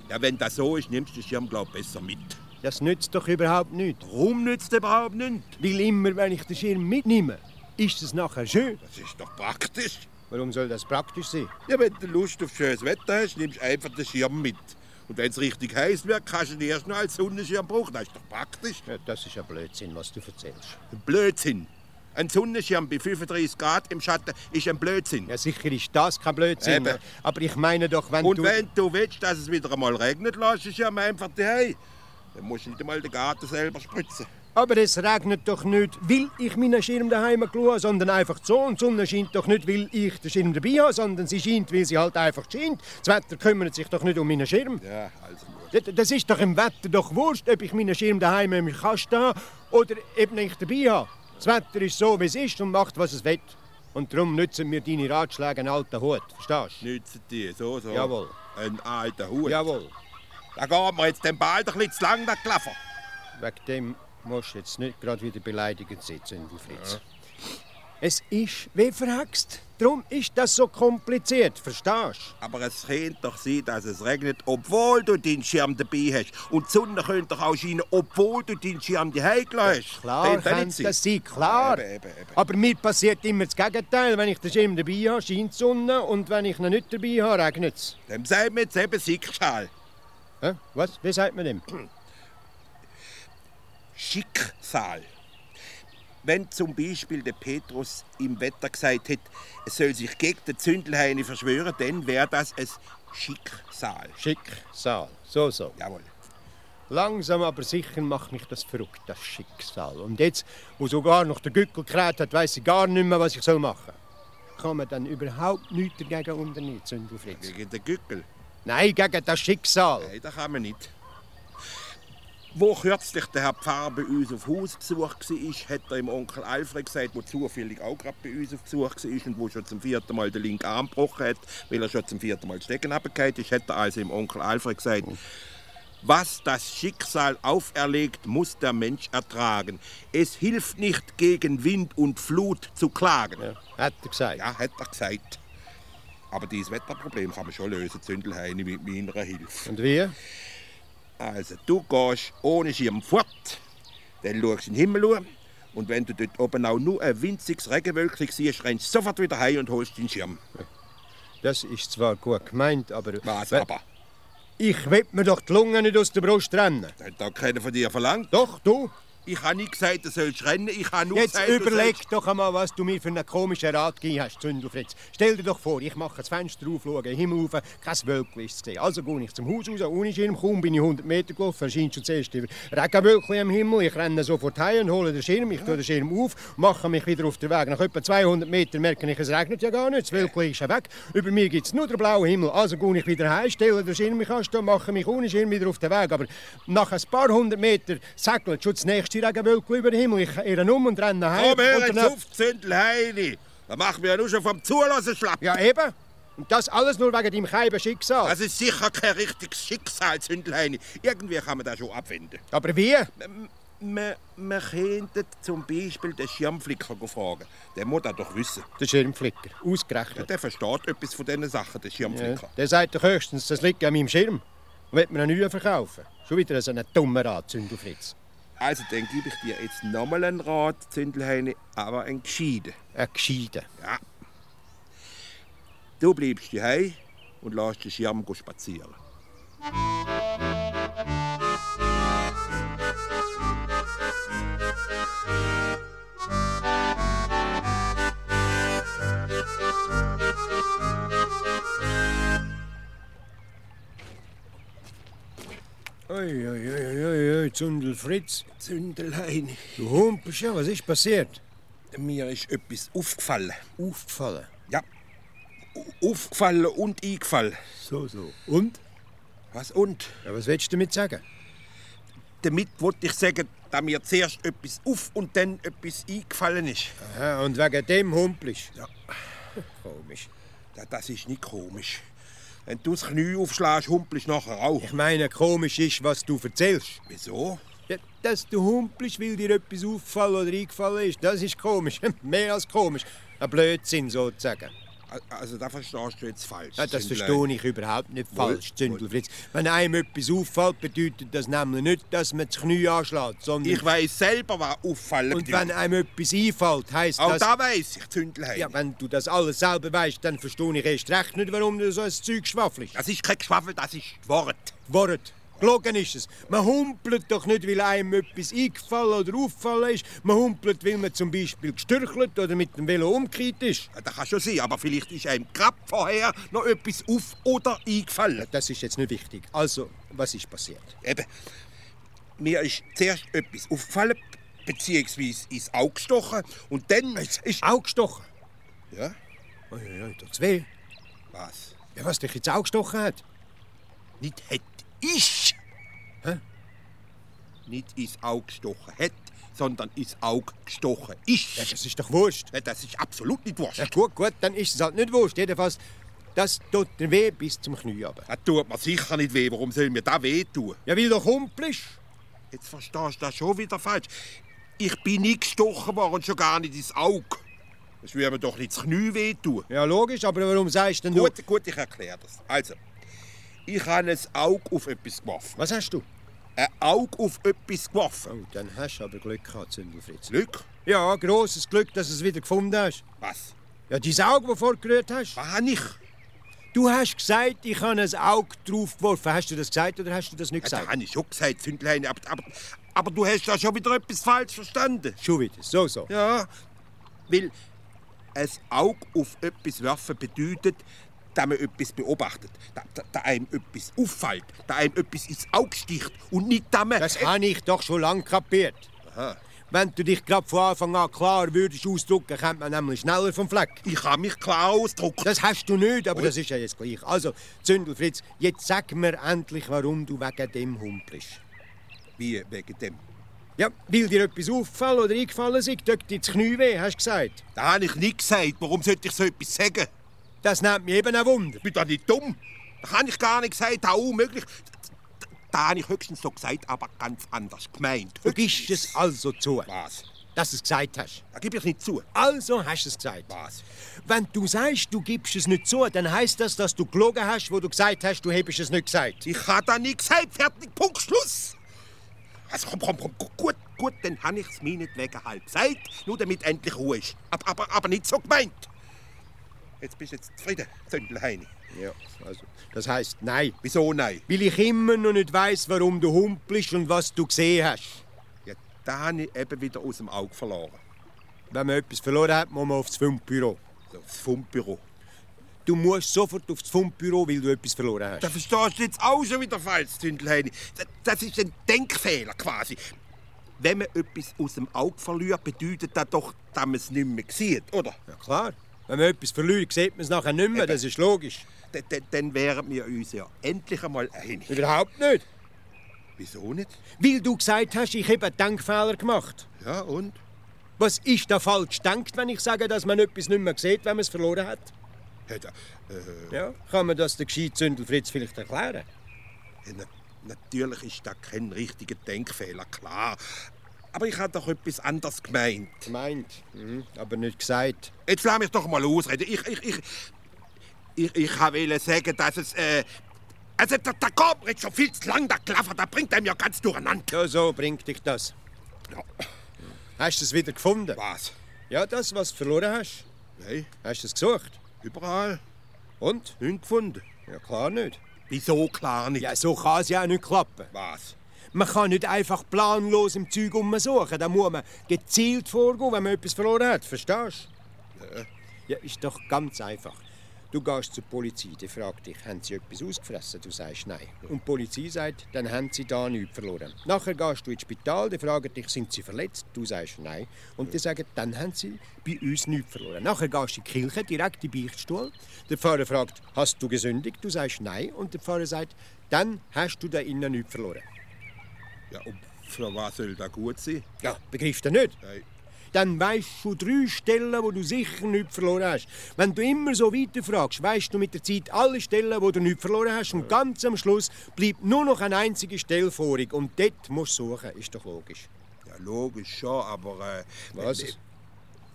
Ja, wenn das so ist, nimmst du den Schirm, glaub besser mit.
Das nützt doch überhaupt nichts.
Warum nützt der überhaupt nicht?
Weil immer, wenn ich den Schirm mitnehme, ist es nachher schön.
Das ist doch praktisch.
Warum soll das praktisch sein?
Ja, wenn du Lust auf schönes Wetter hast, nimmst du einfach den Schirm mit. Und wenn es richtig heiß wird, kannst du ihn erst noch als Sonnenschirm brauchen. Das ist doch praktisch.
Ja, das ist ja Blödsinn, was du erzählst.
Blödsinn. Ein Sonnenschirm bei 35 Grad im Schatten ist ein Blödsinn.
Ja, sicher ist das kein Blödsinn.
Eben.
Aber ich meine doch, wenn
Und
du...
wenn du willst, dass es wieder einmal regnet, lass den Schirm einfach daheim. Dann musst du nicht einmal den Garten selber spritzen.
Aber es regnet doch nicht, weil ich meinen Schirm daheim geschaut habe, sondern einfach so. Und die Sonne scheint doch nicht, weil ich den Schirm dabei habe, sondern sie scheint, weil sie halt einfach scheint. Das Wetter kümmert sich doch nicht um meinen Schirm.
Ja, also gut.
D- Das ist doch im Wetter doch wurscht, ob ich meinen Schirm daheim im Kasten habe oder eben nicht dabei habe. Das Wetter ist so, wie es ist und macht, was es will. Und darum nützen mir deine Ratschläge einen alten Hut. Verstehst
Nützen die, so, so.
Jawohl.
Ein alter
du?
Hut.
Jawohl.
Da geht mir jetzt den Ball doch ein bisschen zu lang, der Klaffer.
Wegen dem musst du jetzt nicht gerade wieder beleidigend sitzen, du Fritz. Es ist wie verhext. Darum ist das so kompliziert, verstehst
Aber es könnte doch sein, dass es regnet, obwohl du deinen Schirm dabei hast. Und die Sonne könnte doch auch scheinen, obwohl du deinen Schirm daheim gelassen hast.
du? Klar
Könnte
kann
nicht sein.
das sein, klar.
Eben, eben, eben.
Aber mir passiert immer das Gegenteil. Wenn ich den Schirm dabei habe, scheint die Sonne. Und wenn ich ihn nicht dabei habe, regnet es.
Dem sagt man jetzt eben Sickschal.
Hä? Was? Wie sagt man dem?
Schicksal. Wenn zum Beispiel der Petrus im Wetter gesagt hätte, es soll sich gegen den Zündelheini verschwören, dann wäre das ein Schicksal.
Schicksal. So, so.
Jawohl.
Langsam aber sicher macht mich das verrückt, das Schicksal. Und jetzt, wo sogar noch der Gückel gerät hat, weiß ich gar nicht mehr, was ich soll machen soll. Kann man dann überhaupt nichts dagegen unternehmen, Zündelfritz?
Gegen den Gückel.
Nein, gegen das Schicksal.
Nein, das kann man nicht. Wo kürzlich der Herr Pfarrer bei uns auf Hausbesuch war, hat er im Onkel Alfred gesagt, der zufällig auch gerade bei uns auf Besuch war und wo schon zum vierten Mal den linken Arm gebrochen hat, weil er schon zum vierten Mal stecken abgekehrt ist, hat er also im Onkel Alfred gesagt, was das Schicksal auferlegt, muss der Mensch ertragen. Es hilft nicht, gegen Wind und Flut zu klagen.
Ja, hat er gesagt.
Ja, hat er gesagt. Aber dieses Wetterproblem kann man schon lösen, Zündelheini, mit meiner Hilfe.
Und wie?
Also, du gehst ohne Schirm fort, dann schaust in den Himmel an, und wenn du dort oben auch nur ein winziges Regenwölkchen siehst, rennst du sofort wieder heim und holst deinen Schirm.
Das ist zwar gut gemeint, aber...
Was aber?
Ich will mir doch die Lunge nicht aus der Brust rennen.
Das hat auch keiner von dir verlangt.
Doch, du?
Ich habe nicht gesagt, du sollst rennen, ich habe nur
Jetzt
gesagt... du
überleg
sollst-
doch einmal, was du mir für einen komischen Rat gegeben hast, Zündelfritz. Stell dir doch vor, ich mache das Fenster auf, schaue den Himmel rauf, kein Wölkchen ist zu sehen. Also gehe ich zum Haus raus, ohne Schirm, kaum bin ich 100 Meter gelaufen, erscheint schon zuerst über Regenwölkchen am Himmel. Ich renne sofort heim und hole den Schirm, ich tue den Schirm auf, mache mich wieder auf den Weg. Nach etwa 200 Metern merke ich, es regnet ja gar nicht, das Wölkchen ist ja weg. Über mir gibt es nur den blauen Himmel. Also gehe ich wieder heim, stelle den Schirm in den Kasten, mache mich ohne Schirm wieder auf den Weg. Aber nach ein paar hundert Metern segelt schon das nächste Regenwölkchen über den Himmel. Ich irre um und renne heim.
Komm, hör
und
jetzt
danach-
auf, Zündelheini! Da machen wir ja nur schon vom Zulassen schlapp.
Ja, eben. Und das alles nur wegen deinem keiben Schicksal.
Das ist sicher kein richtiges Schicksal, Zündelheini. Irgendwie kann man das schon abwenden.
Aber wie?
Man, man könnte zum Beispiel den Schirmflicker fragen. Der muss das doch wissen.
Der Schirmflicker. Ausgerechnet.
Der versteht etwas von diesen Sachen, der
Ja.
Schirmflicker.
Der sagt doch höchstens, das liegt an meinem Schirm. Und will mir einen neuen verkaufen. Schon wieder so ein dummer Rat, Zündelfritz.
Also, dann gebe ich dir jetzt nochmal einen Rat, Zündelheini, aber einen gescheiten.
Ein Gescheiter.
Ja. Du bleibst hei und lässt den Schirm go spazieren.
Oi, oi, oi, oi, oi, Zündelfritz.
Zündelheini,
Du humpelst ja, was ist passiert?
mir ist etwas aufgefallen.
Aufgefallen.
Ja. U- Aufgefallen und eingefallen.
So, so. Und?
Was und?
Ja, was willst du damit sagen?
Damit wollte ich sagen, dass mir zuerst etwas auf und dann etwas eingefallen ist.
Aha, und wegen dem humpelst Ja. Komisch.
Da- Das ist nicht komisch. Wenn du das Knie aufschlägst, humpelst du nachher auch.
Ich meine, komisch ist, was du erzählst.
Wieso?
Ja, dass du humpelst, weil dir etwas auffallen oder eingefallen ist, das ist komisch. Mehr als komisch. Ein Blödsinn sozusagen.
Al- Also, da verstehst du jetzt falsch.
Ja, das
Zündlein.
verstehe ich überhaupt nicht falsch, Zündelfritz. Wenn einem etwas auffällt, bedeutet das nämlich nicht, dass man das Knie anschlägt, sondern...
Ich weiss selber, was auffallen
und wenn einem etwas einfällt, heisst
Auch
das...
da weiss ich, Zündelheim.
Ja, wenn du das alles selber weißt, dann verstehe ich erst recht nicht, warum du so ein Zeug schwaffelst.
Das ist kein Geschwafel, das ist Wort.
Wort. Gelogen ist es. Man humpelt doch nicht, weil einem etwas eingefallen oder auffallen ist. Man humpelt, weil man zum Beispiel gestürchelt oder mit dem Velo umgekehrt ist.
Ja, Das kann schon sein, aber vielleicht ist einem gerade vorher noch etwas auf- oder eingefallen.
Das ist jetzt nicht wichtig. Also, was ist passiert?
Eben. Mir ist zuerst etwas aufgefallen, beziehungsweise ins Auge gestochen. Und dann ist...
Auge gestochen.
Ja?
Oh, ja, ja, tut's weh.
Was?
Ja, was dich ins Auge gestochen hat?
Nicht hätt ich. Hä? Nicht ins Auge gestochen hätt, sondern ins Auge gestochen ich.
Ja, das ist doch wurscht.
Ja, das ist absolut nicht wurscht.
Ja, gut, gut, dann ist es halt nicht wurscht. Jedenfalls, das tut dir weh bis zum Knie runter.
Das tut mir sicher nicht weh. Warum soll mir das weh tun?
Ja, weil du humpelst.
Jetzt verstehst du das schon wieder falsch. Ich bin nicht gestochen worden und schon gar nicht ins Auge. Das würde mir doch nicht das Knie weh tun.
Ja, logisch, aber warum sagst du denn du...
Gut, gut, ich erkläre das. Also, ich habe ein Auge auf etwas geworfen.
Was hast du?
Ein Auge auf etwas geworfen.
Oh, dann hast du aber Glück gehabt, Zündelfritz.
Glück?
Ja, grosses Glück, dass du es wieder gefunden hast.
Was?
Ja, dein Auge, das du vorgerührt hast.
Was habe ich?
Du hast gesagt, ich habe ein Auge draufgeworfen. Hast du das gesagt oder hast du das nicht
Ja, das
gesagt?
habe ich schon gesagt, Zündlein, aber, aber, aber du hast da schon wieder etwas falsch verstanden.
Schon wieder, so, so.
Ja, weil ein Auge auf etwas werfen bedeutet, dass man etwas beobachtet, dass, dass, dass einem etwas auffällt, dass einem etwas ins Auge sticht und nicht, dass man...
Das habe ich doch schon lange kapiert.
Aha.
Wenn du dich gerade von Anfang an klar würdest ausdrücken, kommt man nämlich schneller vom Fleck.
Ich kann mich klar ausdrücken.
Das hast du nicht, aber das ist ja jetzt gleich. Also, Zündelfritz, jetzt sag mir endlich, warum du wegen dem humpelst.
Wie wegen dem?
Ja, weil dir etwas auffallen oder eingefallen ist, tut dir das Knie weh, hast du gesagt.
Da habe ich nicht gesagt. Warum sollte ich so etwas sagen?
Das nennt mich eben ein Wunder.
Ich bin doch nicht dumm. Das habe ich gar nicht gesagt. Das ist unmöglich. Da habe ich höchstens so gesagt, aber ganz anders gemeint.
Vergiss es also zu.
Was?
dass du es gesagt hast.
Da gebe ich nicht zu.
Also hast du es gesagt.
Was?
Wenn du sagst, du gibst es nicht zu, dann heißt das, dass du gelogen hast, wo du gesagt hast, du hättest es nicht gesagt.
Ich habe da nie gesagt, fertig, Punkt, Schluss. Also komm, komm, komm, gu- gut, gut, dann habe ich es meinetwegen halb gesagt, nur damit endlich Ruhe ist. Aber, aber, aber nicht so gemeint. Jetzt bist du jetzt zufrieden, Zündelheini.
Ja, also, das heißt nein.
Wieso nein?
Weil ich immer noch nicht weiß, warum du humpelst und was du gesehen hast.
Ja, da habe ich eben wieder aus dem Auge verloren.
Wenn man etwas verloren hat, muss man aufs Fundbüro.
So, das Fundbüro.
Du musst sofort aufs Fundbüro, weil du etwas verloren hast.
Da verstehst du jetzt auch schon wieder falsch, Zündelheini. Das, das ist ein Denkfehler quasi. Wenn man etwas aus dem Auge verliert, bedeutet das doch, dass man es nicht mehr sieht, oder?
Ja, klar. Wenn man etwas verliert, sieht man es nachher nicht mehr. Das ist logisch.
D- d- Dann wären wir uns ja endlich einmal einig.
Überhaupt nicht.
Wieso nicht?
Weil du gesagt hast, ich habe einen Denkfehler gemacht.
Ja, und?
Was ist da falsch denkt, wenn ich sage, dass man etwas nicht mehr sieht, wenn man es verloren hat?
Ja, da, äh,
Ja. Kann man das der gescheite Zündel Fritz vielleicht erklären?
ja, na, natürlich ist das kein richtiger Denkfehler, klar. Aber ich habe doch etwas anderes gemeint.
Meint, mhm. aber nicht gesagt.
Jetzt lass mich doch mal ausreden. Ich, ich, ich, ich, ich wollte sagen, dass es, äh, also da, da geht mir jetzt schon viel zu lang, der Klaffer, da bringt einem ja ganz durcheinander.
Ja, so bringt dich das.
Ja.
Hast du es wieder gefunden?
Was?
Ja, das, was du verloren hast.
Nein,
Hast du es gesucht?
überall,
Und?
nichts gefunden.
Ja, klar nicht.
Wieso klar nicht?
Ja, so kann es ja auch nicht klappen.
Was?
Man kann nicht einfach planlos im Zeug umsuchen. Da muss man gezielt vorgehen, wenn man etwas verloren hat. Verstehst du? Ja, ist doch ganz einfach. Du gehst zur Polizei, die fragt dich, haben sie etwas ausgefressen? Du sagst nein. Und die Polizei sagt, dann haben sie da nichts verloren. Nachher gehst du ins Spital, die fragen dich, sind sie verletzt? Du sagst nein. Und die sagen, dann haben sie bei uns nichts verloren. Nachher gehst du in die Kirche, direkt in den Beichtstuhl. Der Pfarrer fragt, hast du gesündigt? Du sagst nein. Und der Pfarrer sagt, dann hast du da innen nichts verloren.
Ja, und für was soll das gut sein?
Ja, begreifst du nicht?
Nein.
Dann weißt du drei Stellen, wo du sicher nichts verloren hast. Wenn du immer so weiterfragst, weißt du mit der Zeit alle Stellen, wo du nichts verloren hast. Und ganz am Schluss bleibt nur noch eine einzige Stelle vorig. Und dort musst du suchen, ist doch logisch.
Ja, logisch schon, aber... Äh,
Was?
äh,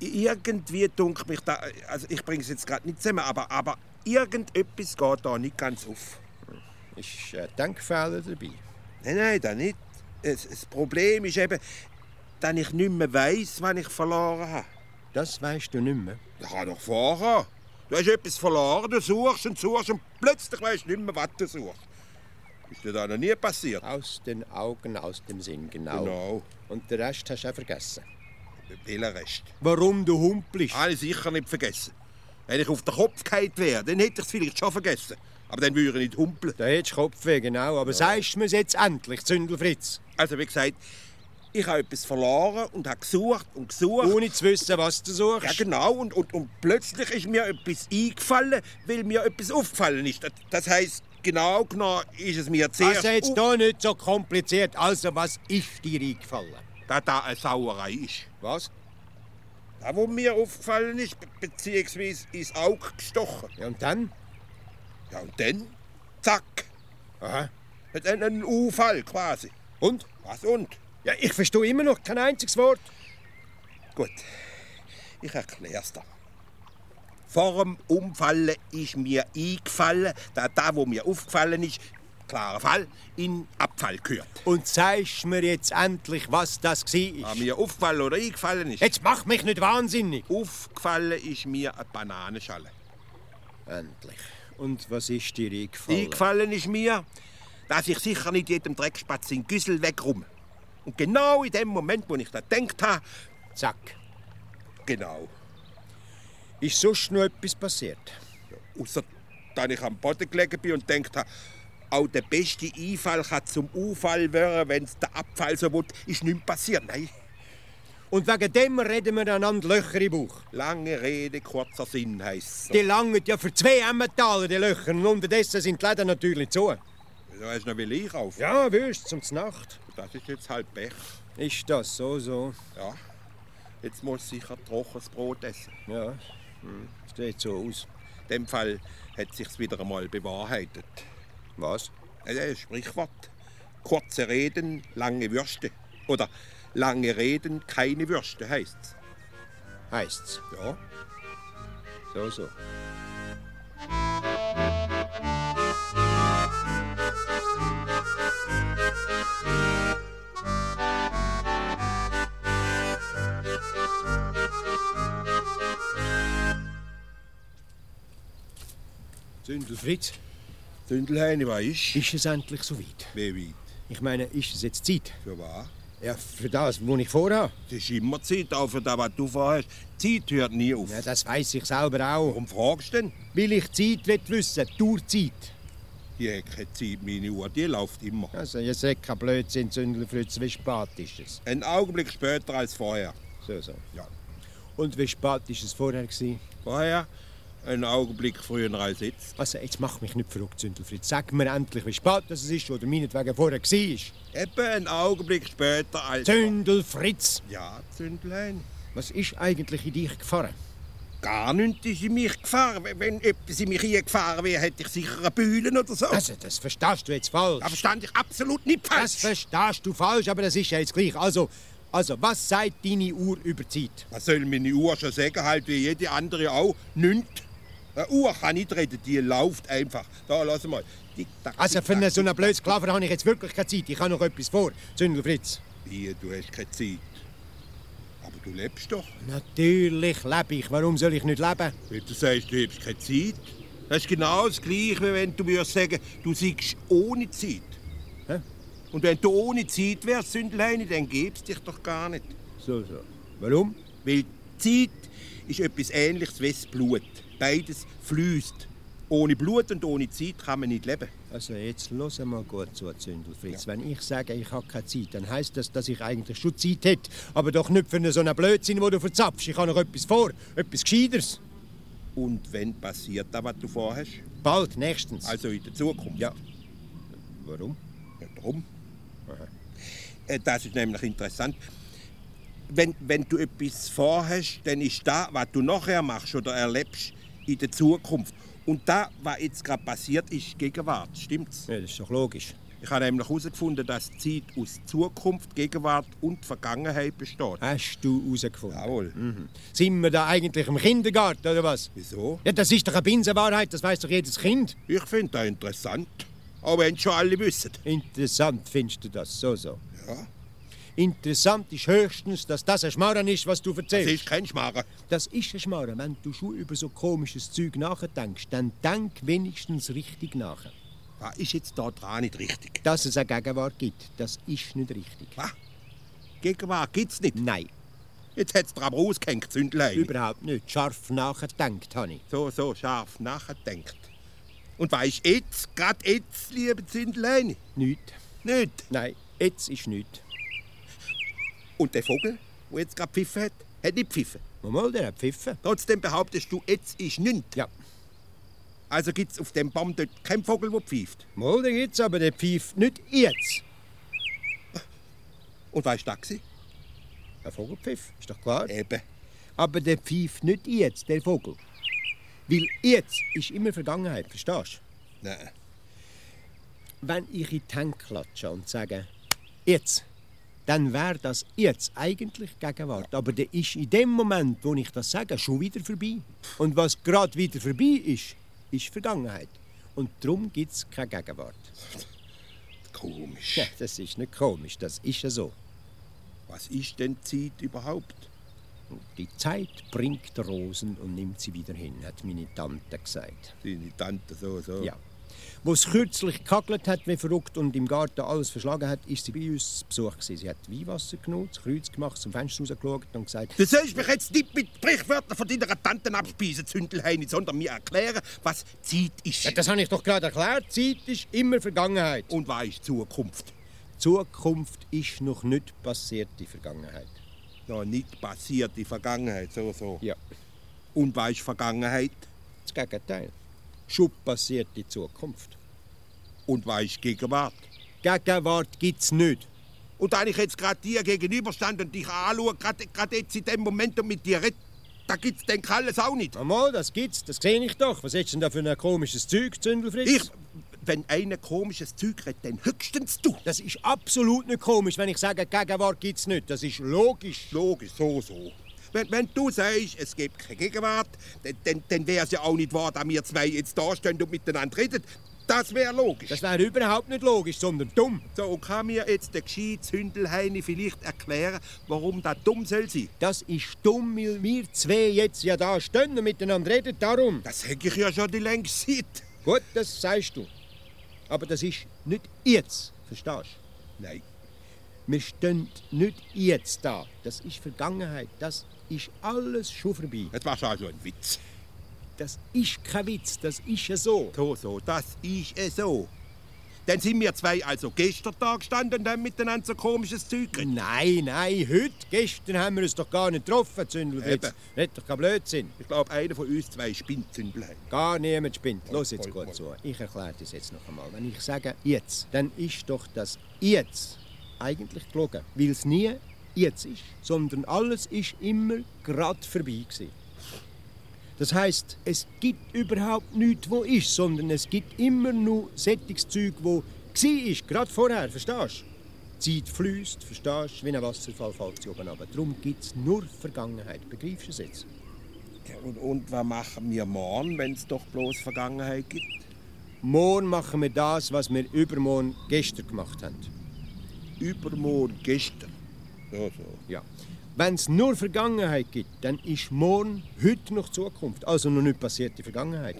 Irgendwie dunkelt mich da... Also ich bringe es jetzt gerade nicht zusammen, aber, aber irgendetwas geht da nicht ganz auf.
Ist ein Denkfehler dabei?
Nein, nein, das nicht. Es, das Problem ist eben, dass ich nicht mehr weiss, wann ich verloren habe.
Das weißt du nicht mehr.
Das kann doch vorher. Du hast etwas verloren, du suchst und suchst und plötzlich weißt du nicht mehr, was du suchst. Ist dir das noch nie passiert?
Aus den Augen, aus dem Sinn, genau.
Genau.
Und den Rest hast du auch vergessen.
Welcher Rest?
Warum du humpelst?
Habe ich sicher nicht vergessen. Wenn ich auf den Kopf gehalten wäre, dann hätte ich es vielleicht schon vergessen. Aber dann würde ich nicht humpeln.
Da hättest du Kopfweh, genau. Aber sagst du mir's jetzt endlich, Zündelfritz?
Also wie gesagt, ich habe etwas verloren und habe gesucht und gesucht.
Ohne zu wissen, was du
ja,
suchst.
genau, und, und, und plötzlich ist mir etwas eingefallen, weil mir etwas aufgefallen ist. Das, das heisst, genau genau ist es mir zuerst...
Also jetzt hier nicht so kompliziert. Also, was ist dir eingefallen?
Da da eine Sauerei ist.
Was?
Da, wo mir aufgefallen ist, be- beziehungsweise ins Auge gestochen.
Ja, und dann?
Ja, und dann, zack,
Aha.
hat ein, ein Unfall quasi.
Und?
Was und?
Ja, ich verstehe immer noch kein einziges Wort.
Gut, ich erkläre es dir. Vor dem Umfallen ist mir eingefallen, dass da, wo mir aufgefallen ist, klarer Fall, in Abfall gehört.
Und sagst mir jetzt endlich, was das war.
Da mir aufgefallen oder eingefallen ist.
Jetzt mach mich nicht wahnsinnig.
Aufgefallen ist mir eine Bananenschale.
Endlich. Und was ist dir eingefallen?
Eingefallen ist mir, dass ich sicher nicht jedem Dreckspatz in Güssel wegrum. Und genau in dem Moment, wo ich da denkt habe,
Zack.
genau.
Ist sonst noch etwas passiert?
Außer, dass ich am Boden gelegen bin und denkt habe, auch der beste Einfall kann zum Unfall werden, wenn es der Abfall so will, ist nichts passiert. Nein.
Und wegen dem reden wir einander Löcher im Bauch.
Lange Rede, kurzer Sinn heisst
Die
es.
langen ja für zwei Emmentaler, die Löcher. Und unterdessen sind die Läden natürlich zu.
So. Du hast noch will ich auf.
Ja, wüsst, zum Nacht.
Das ist jetzt halt Pech.
Ist das so, so?
Ja. Jetzt muss sicher trockenes Brot essen.
Ja, hm, sieht so aus.
In dem Fall hat sich's wieder einmal bewahrheitet.
Was?
Ja, Das ist ein Sprichwort. Kurze Reden, lange Würste. Oder Lange Reden, keine Würste heißt's.
Heißt's.
Ja.
So, so. Sündelfried,
Zündelheini, was ist?
ist es endlich soweit?
Wie weit?
Ich meine, ist es jetzt Zeit?
Für was?
Ja, für das, was ich vorhabe.
Es ist immer Zeit, auch für das, was du vorhast. Die Zeit hört nie auf.
Ja, das weiß ich selber auch.
Warum fragst du denn?
Will ich die Zeit will wissen, durch Zeit.
Die hat keine Zeit, meine Uhr, die läuft immer.
Also, jetzt sagt kein Blödsinn, Sündelfritz, wie spät ist es?
Ein Augenblick später als vorher.
So, so.
Ja.
Und wie spät ist es vorher? Gewesen?
Vorher? Ein Augenblick früher als jetzt.
Also, jetzt mach mich nicht verrückt, Sündelfritz. Sag mir endlich, wie spät das es ist oder meinetwegen vorher war.
Eben ein Augenblick später als...
Zündelfritz!
ja, Zündelheini.
Was ist eigentlich in dich gefahren?
Gar nichts ist in mich gefahren. Wenn- Wenn etwas in mich gefahren wäre, hätte ich sicher eine Bühne oder so.
Also, das verstehst du jetzt falsch.
Da verstand ich absolut nicht
das
falsch.
verstehst du falsch, aber das ist ja jetzt gleich. Also, also was sagt deine Uhr über die Zeit?
Was soll meine Uhr schon sagen, halt wie jede andere auch? Nünt. Eine Uhr kann nicht reden, die läuft einfach. Da, lass mal. Tick, tack,
Also,
tick,
für einen
tack,
so einen
tick,
blöden
tack.
Sklaven habe ich jetzt wirklich keine Zeit. Ich habe noch etwas vor, Zündelfritz.
Wie, du hast keine Zeit. Aber du lebst doch.
Natürlich lebe ich. Warum soll ich nicht leben?
Wenn du sagst, du hast keine Zeit, das ist genau das Gleiche, wie wenn du mir sagen du seist ohne Zeit.
Hä?
Und wenn du ohne Zeit wärst, Sündelheini, dann gäb's dich doch gar nicht.
So, so. Warum?
Weil Zeit ist etwas Ähnliches wie das Blut. Beides fließt. Ohne Blut und ohne Zeit kann man nicht leben.
Also, jetzt los mal gut zu, Zündelfritz. Wenn ich sage, ich habe keine Zeit, dann heißt das, dass ich eigentlich schon Zeit hätte. Aber doch nicht für einen so einen Blödsinn, den du verzapfst. Ich habe noch etwas vor. Etwas Gescheiteres.
Und wenn passiert das, was du vorhast?
Bald, nächstens.
Also in der Zukunft?
Ja. Halt, Warum?
Ja, darum. Äh, Das ist nämlich interessant. Wenn, wenn du etwas vorhast, dann ist das, was du nachher machst oder erlebst, in der Zukunft. Und das, was jetzt gerade passiert, ist Gegenwart, stimmt's?
Ja, das ist doch logisch.
Ich habe nämlich herausgefunden, dass die Zeit aus Zukunft, Gegenwart und Vergangenheit besteht.
Hast du herausgefunden?
Jawohl.
Sind wir da eigentlich im Kindergarten oder was?
Wieso?
Ja, das ist doch eine Binsenwahrheit, das weiß doch jedes Kind.
Ich finde das interessant. Auch wenn schon alle wissen.
Interessant findest du das, so, so.
Ja.
Interessant ist höchstens, dass das ein Schmarren ist, was du
Das
erzählst.
ist kein Schmarren.
Das ist ein Schmarren. Wenn du schon über so komisches Zeug nachdenkst, dann denk wenigstens richtig nach.
Was Ah, ist jetzt da dran nicht richtig?
Dass es eine Gegenwart gibt, das ist nicht richtig.
Was? Gegenwart gibt's nicht.
Nein,
Jetzt hat's dir aber ausgehängt, Zündlein.
überhaupt nicht. Scharf nachgedacht habe ich.
So, so scharf nachgedenkt. Und weisst jetzt, gerade jetzt, liebe Zündlein,
Nicht.
nicht.
Nein, jetzt ist nichts.
Und der Vogel, der jetzt gerade pfiffen hat, hat nicht pfiffen.
Mal, der hat pfiffen.
Trotzdem behauptest du, jetzt ist nichts.
Ja.
Also gibt's auf dem Baum dort keinen Vogel, der pfeift.
Mal, der gibt's, aber der pfeift nicht jetzt.
Und weisst du das? gewesen?
Ein Vogelpfiff, ist doch klar.
Eben.
Aber der pfeift nicht jetzt, der Vogel. Weil jetzt ist immer Vergangenheit, verstehst
Nein.
du? Wenn ich in die Hände klatsche und sage, jetzt, dann wäre das jetzt eigentlich Gegenwart. Aber der ist in dem Moment, wo ich das sage, schon wieder vorbei. Und was gerade wieder vorbei ist, ist Vergangenheit. Und darum gibt es keine Gegenwart.
Komisch.
Ja, das ist nicht komisch, das ist ja so.
Was ist denn Zeit überhaupt?
Die Zeit bringt Rosen und nimmt sie wieder hin, hat meine Tante gesagt.
Deine Tante so, so.
Ja. Wo es kürzlich gekagelt hat wie verrückt und im Garten alles verschlagen hat, ist sie bei uns zu Besuch. Gewesen. Sie hat Weihwasser genommen, das Kreuz gemacht, zum Fenster rausgeschaut und gesagt,
Du sollst mich jetzt nicht mit Sprichwörtern von deiner Tante abspeisen, Zündelheini, sondern mir erklären, was Zeit ist.
ja, das habe ich doch gerade erklärt, Zeit ist immer Vergangenheit. Und
Und was ist Zukunft?
Zukunft ist noch nicht passiert, die Vergangenheit.
Noch nicht passiert, die Vergangenheit, so, so.
Ja,
Und was ist Vergangenheit?
das Gegenteil. Schon passiert die Zukunft.
Und was ist Gegenwart?
Gegenwart gibt es nicht.
Und da ich jetzt gerade dir gegenüberstand und dich anschaue, gerade gerade jetzt in dem Moment und mit dir rede, da gibt's denn alles auch nicht.
Mama, das gibt's, das sehe ich doch. Was ist denn da für ein komisches Zeug, Zündelfritz?
Ich, Wenn einer komisches Zeug redet, dann höchstens du.
Das ist absolut nicht komisch, wenn ich sage, Gegenwart gibt es nicht. Das ist logisch.
Logisch, so, so. Wenn, wenn du sagst, es gibt keine Gegenwart, dann, dann, dann wäre es ja auch nicht wahr, dass wir zwei jetzt da stehen und miteinander reden. Das wäre logisch.
Das wäre überhaupt nicht logisch, sondern dumm.
So, und kann mir jetzt der gescheite Hündelheini vielleicht erklären, warum das dumm soll sein?
Das ist dumm, weil wir zwei jetzt ja da stehen und miteinander reden, darum.
Das hätte ich ja schon die längste Zeit.
Gut, das sagst du. Aber das ist nicht jetzt, verstehst du? Nein. Wir stehen nicht jetzt da. Das ist Vergangenheit. Das ist alles schon vorbei.
Jetzt machst du also einen Witz.
Das ist kein Witz, das ist ja so.
So, so, das ist es so. Dann sind wir zwei also gestern da gestanden und haben miteinander so komisches Zeug geredet.
Nein, nein, heute, gestern haben wir uns doch gar nicht getroffen, Zündelwitz.
Eben.
Nicht doch kein Blödsinn.
Ich glaube, einer von uns zwei spinnt Zündelheim.
Gar niemand spinnt. Los jetzt
voll,
gut
voll.
zu. Ich erkläre das jetzt noch einmal. Wenn ich sage jetzt, dann ist doch das jetzt eigentlich gelogen. Weil es nie jetzt ist, sondern alles ist immer gerade vorbei gewesen. Das heißt, es gibt überhaupt nichts, wo ist, sondern es gibt immer nur sättiges Zeug, wo gsi ist, gerade vorher, verstehst du? Die Zeit fließt, verstehst du, wie ein Wasserfall fällt sie oben runter. Darum gibt es nur Vergangenheit. Begreifst du es jetzt?
Und, und was machen wir morgen, wenn es doch bloß Vergangenheit gibt?
Morgen machen wir das, was wir übermorgen gestern gemacht haben.
Übermorgen, gestern. So, so.
Ja. Wenn es nur Vergangenheit gibt, dann ist morgen heute noch Zukunft. Also noch nicht passierte Vergangenheit.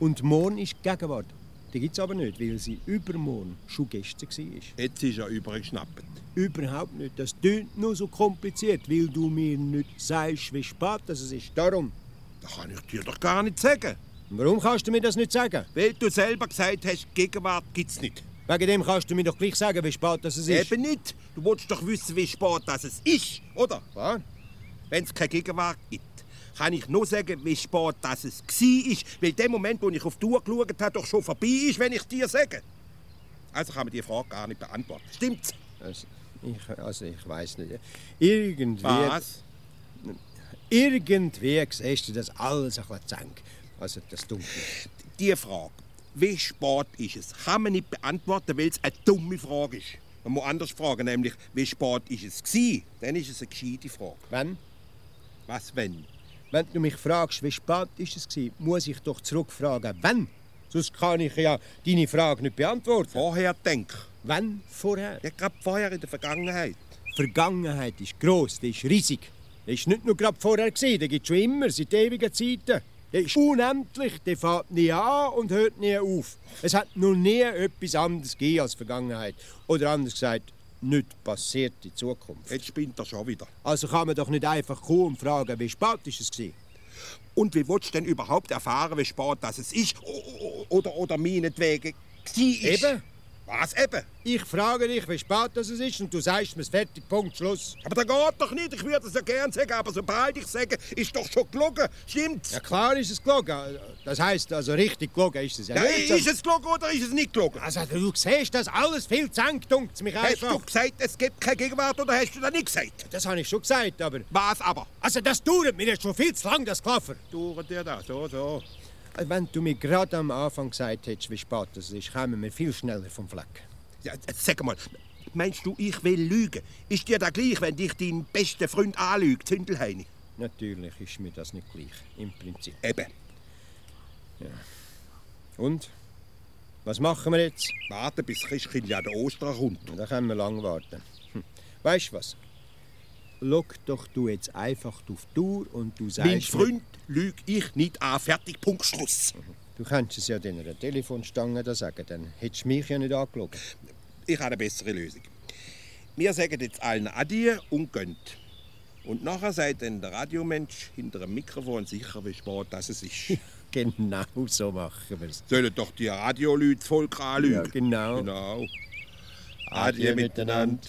Und morgen ist Gegenwart. Die gibt es aber nicht, weil sie übermorgen schon gestern war.
Jetzt ist er übergeschnappt.
Überhaupt nicht. Das tönt nur so kompliziert, weil du mir nicht sagst, wie spät das es ist. Darum.
Das kann ich dir doch gar nicht sagen.
Und Warum kannst du mir das nicht sagen?
Weil du selber gesagt hast, Gegenwart gibt's nicht.
Wegen dem kannst du mir doch gleich sagen, wie spät das es ist.
Eben nicht. Du willst doch wissen, wie spät das es ist, oder?
Klar.
Wenn es keine Gegenwart gibt, kann ich nur sagen, wie spät das es war. ist, weil der Moment, wo ich auf die Uhr geschaut habe, doch schon vorbei ist, wenn ich dir sage. Also kann man die Frage gar nicht beantworten. Stimmt's?
Also, ich, also ich weiß nicht. Irgendwie.
Was?
Irgendwie siehst du das alles ein bisschen zank. Also das Dunkle.
Die Frage, wie spät ist es, kann man nicht beantworten, weil es eine dumme Frage ist. Man muss anders fragen, nämlich, wie spät ist es gsi? Dann ist es eine gescheite Frage.
Wenn,
Was wenn?
wenn du mich fragst, wie spät ist es gewesen, muss ich doch zurückfragen, wann. Sonst kann ich ja deine Frage nicht beantworten.
Vorher denk.
Wann vorher?
Ja, gerade vorher in der Vergangenheit.
Die Vergangenheit ist gross, die ist riesig. Die ist nicht nur gerade vorher gewesen, die gibt schon immer, seit ewigen Zeiten. Die ist unendlich, die fängt nie an und hört nie auf. Es hat noch nie etwas anderes gegeben als Vergangenheit. Oder anders gesagt, nicht passierte Zukunft.
Jetzt spinnt er schon wieder.
Also kann man doch nicht einfach kommen und fragen, wie spät ist es gewesen?
Und wie willst du denn überhaupt erfahren, wie spät das es ist? O- o- Oder, oder meinetwegen gsi ist?
Eben.
Was eben?
Ich frage dich, wie spät das es ist und du sagst mir fertig, Punkt, Schluss.
Aber das geht doch nicht. Ich würde es ja gern sagen, aber sobald ich sage, ist doch schon gelogen. Stimmt's?
Ja klar ist es gelogen. Das heißt also richtig gelogen ist es ja
Ja,
nicht.
ist es gelogen oder ist es nicht gelogen?
Also du siehst, das alles viel zankt dunkt's mich
Hast du
einfach.
gesagt, es gibt keine Gegenwart oder hast du das nicht gesagt?
Das habe ich schon gesagt, aber...
Was aber?
Also das dauert mir jetzt schon viel zu lang, das Klaffer.
Dauert dir das? So, so.
Wenn du mir gerade am Anfang gesagt hättest, wie spät das ist, kämen wir viel schneller vom Fleck.
Ja, jetzt sag mal, meinst du, ich will lügen? Ist dir das gleich, wenn dich dein bester Freund anlügt, Zündelheini?
Natürlich ist mir das nicht gleich, im Prinzip.
Eben.
Und? Was machen wir jetzt?
Warten, bis Christkind ja der Ostern kommt.
Da können wir lang warten. Hm. Weißt du was? Lock doch du jetzt einfach auf die Tour und du sagst.
Mein
mir-
Freund lüge ich nicht an. Fertig, Punkt, Schluss.
Du kannst es ja deiner Telefonstange da sagen, dann hättest du mich ja nicht angeschaut.
Ich habe eine bessere Lösung. Wir sagen jetzt allen Adieu und gönnt. Und nachher sagt dann der Radiomensch hinter dem Mikrofon sicher, wie spät das es ist.
Genau so machen wir es.
Sollen doch die Radioleute das Volk anlügen.
Ja, genau.
genau. Adieu miteinander.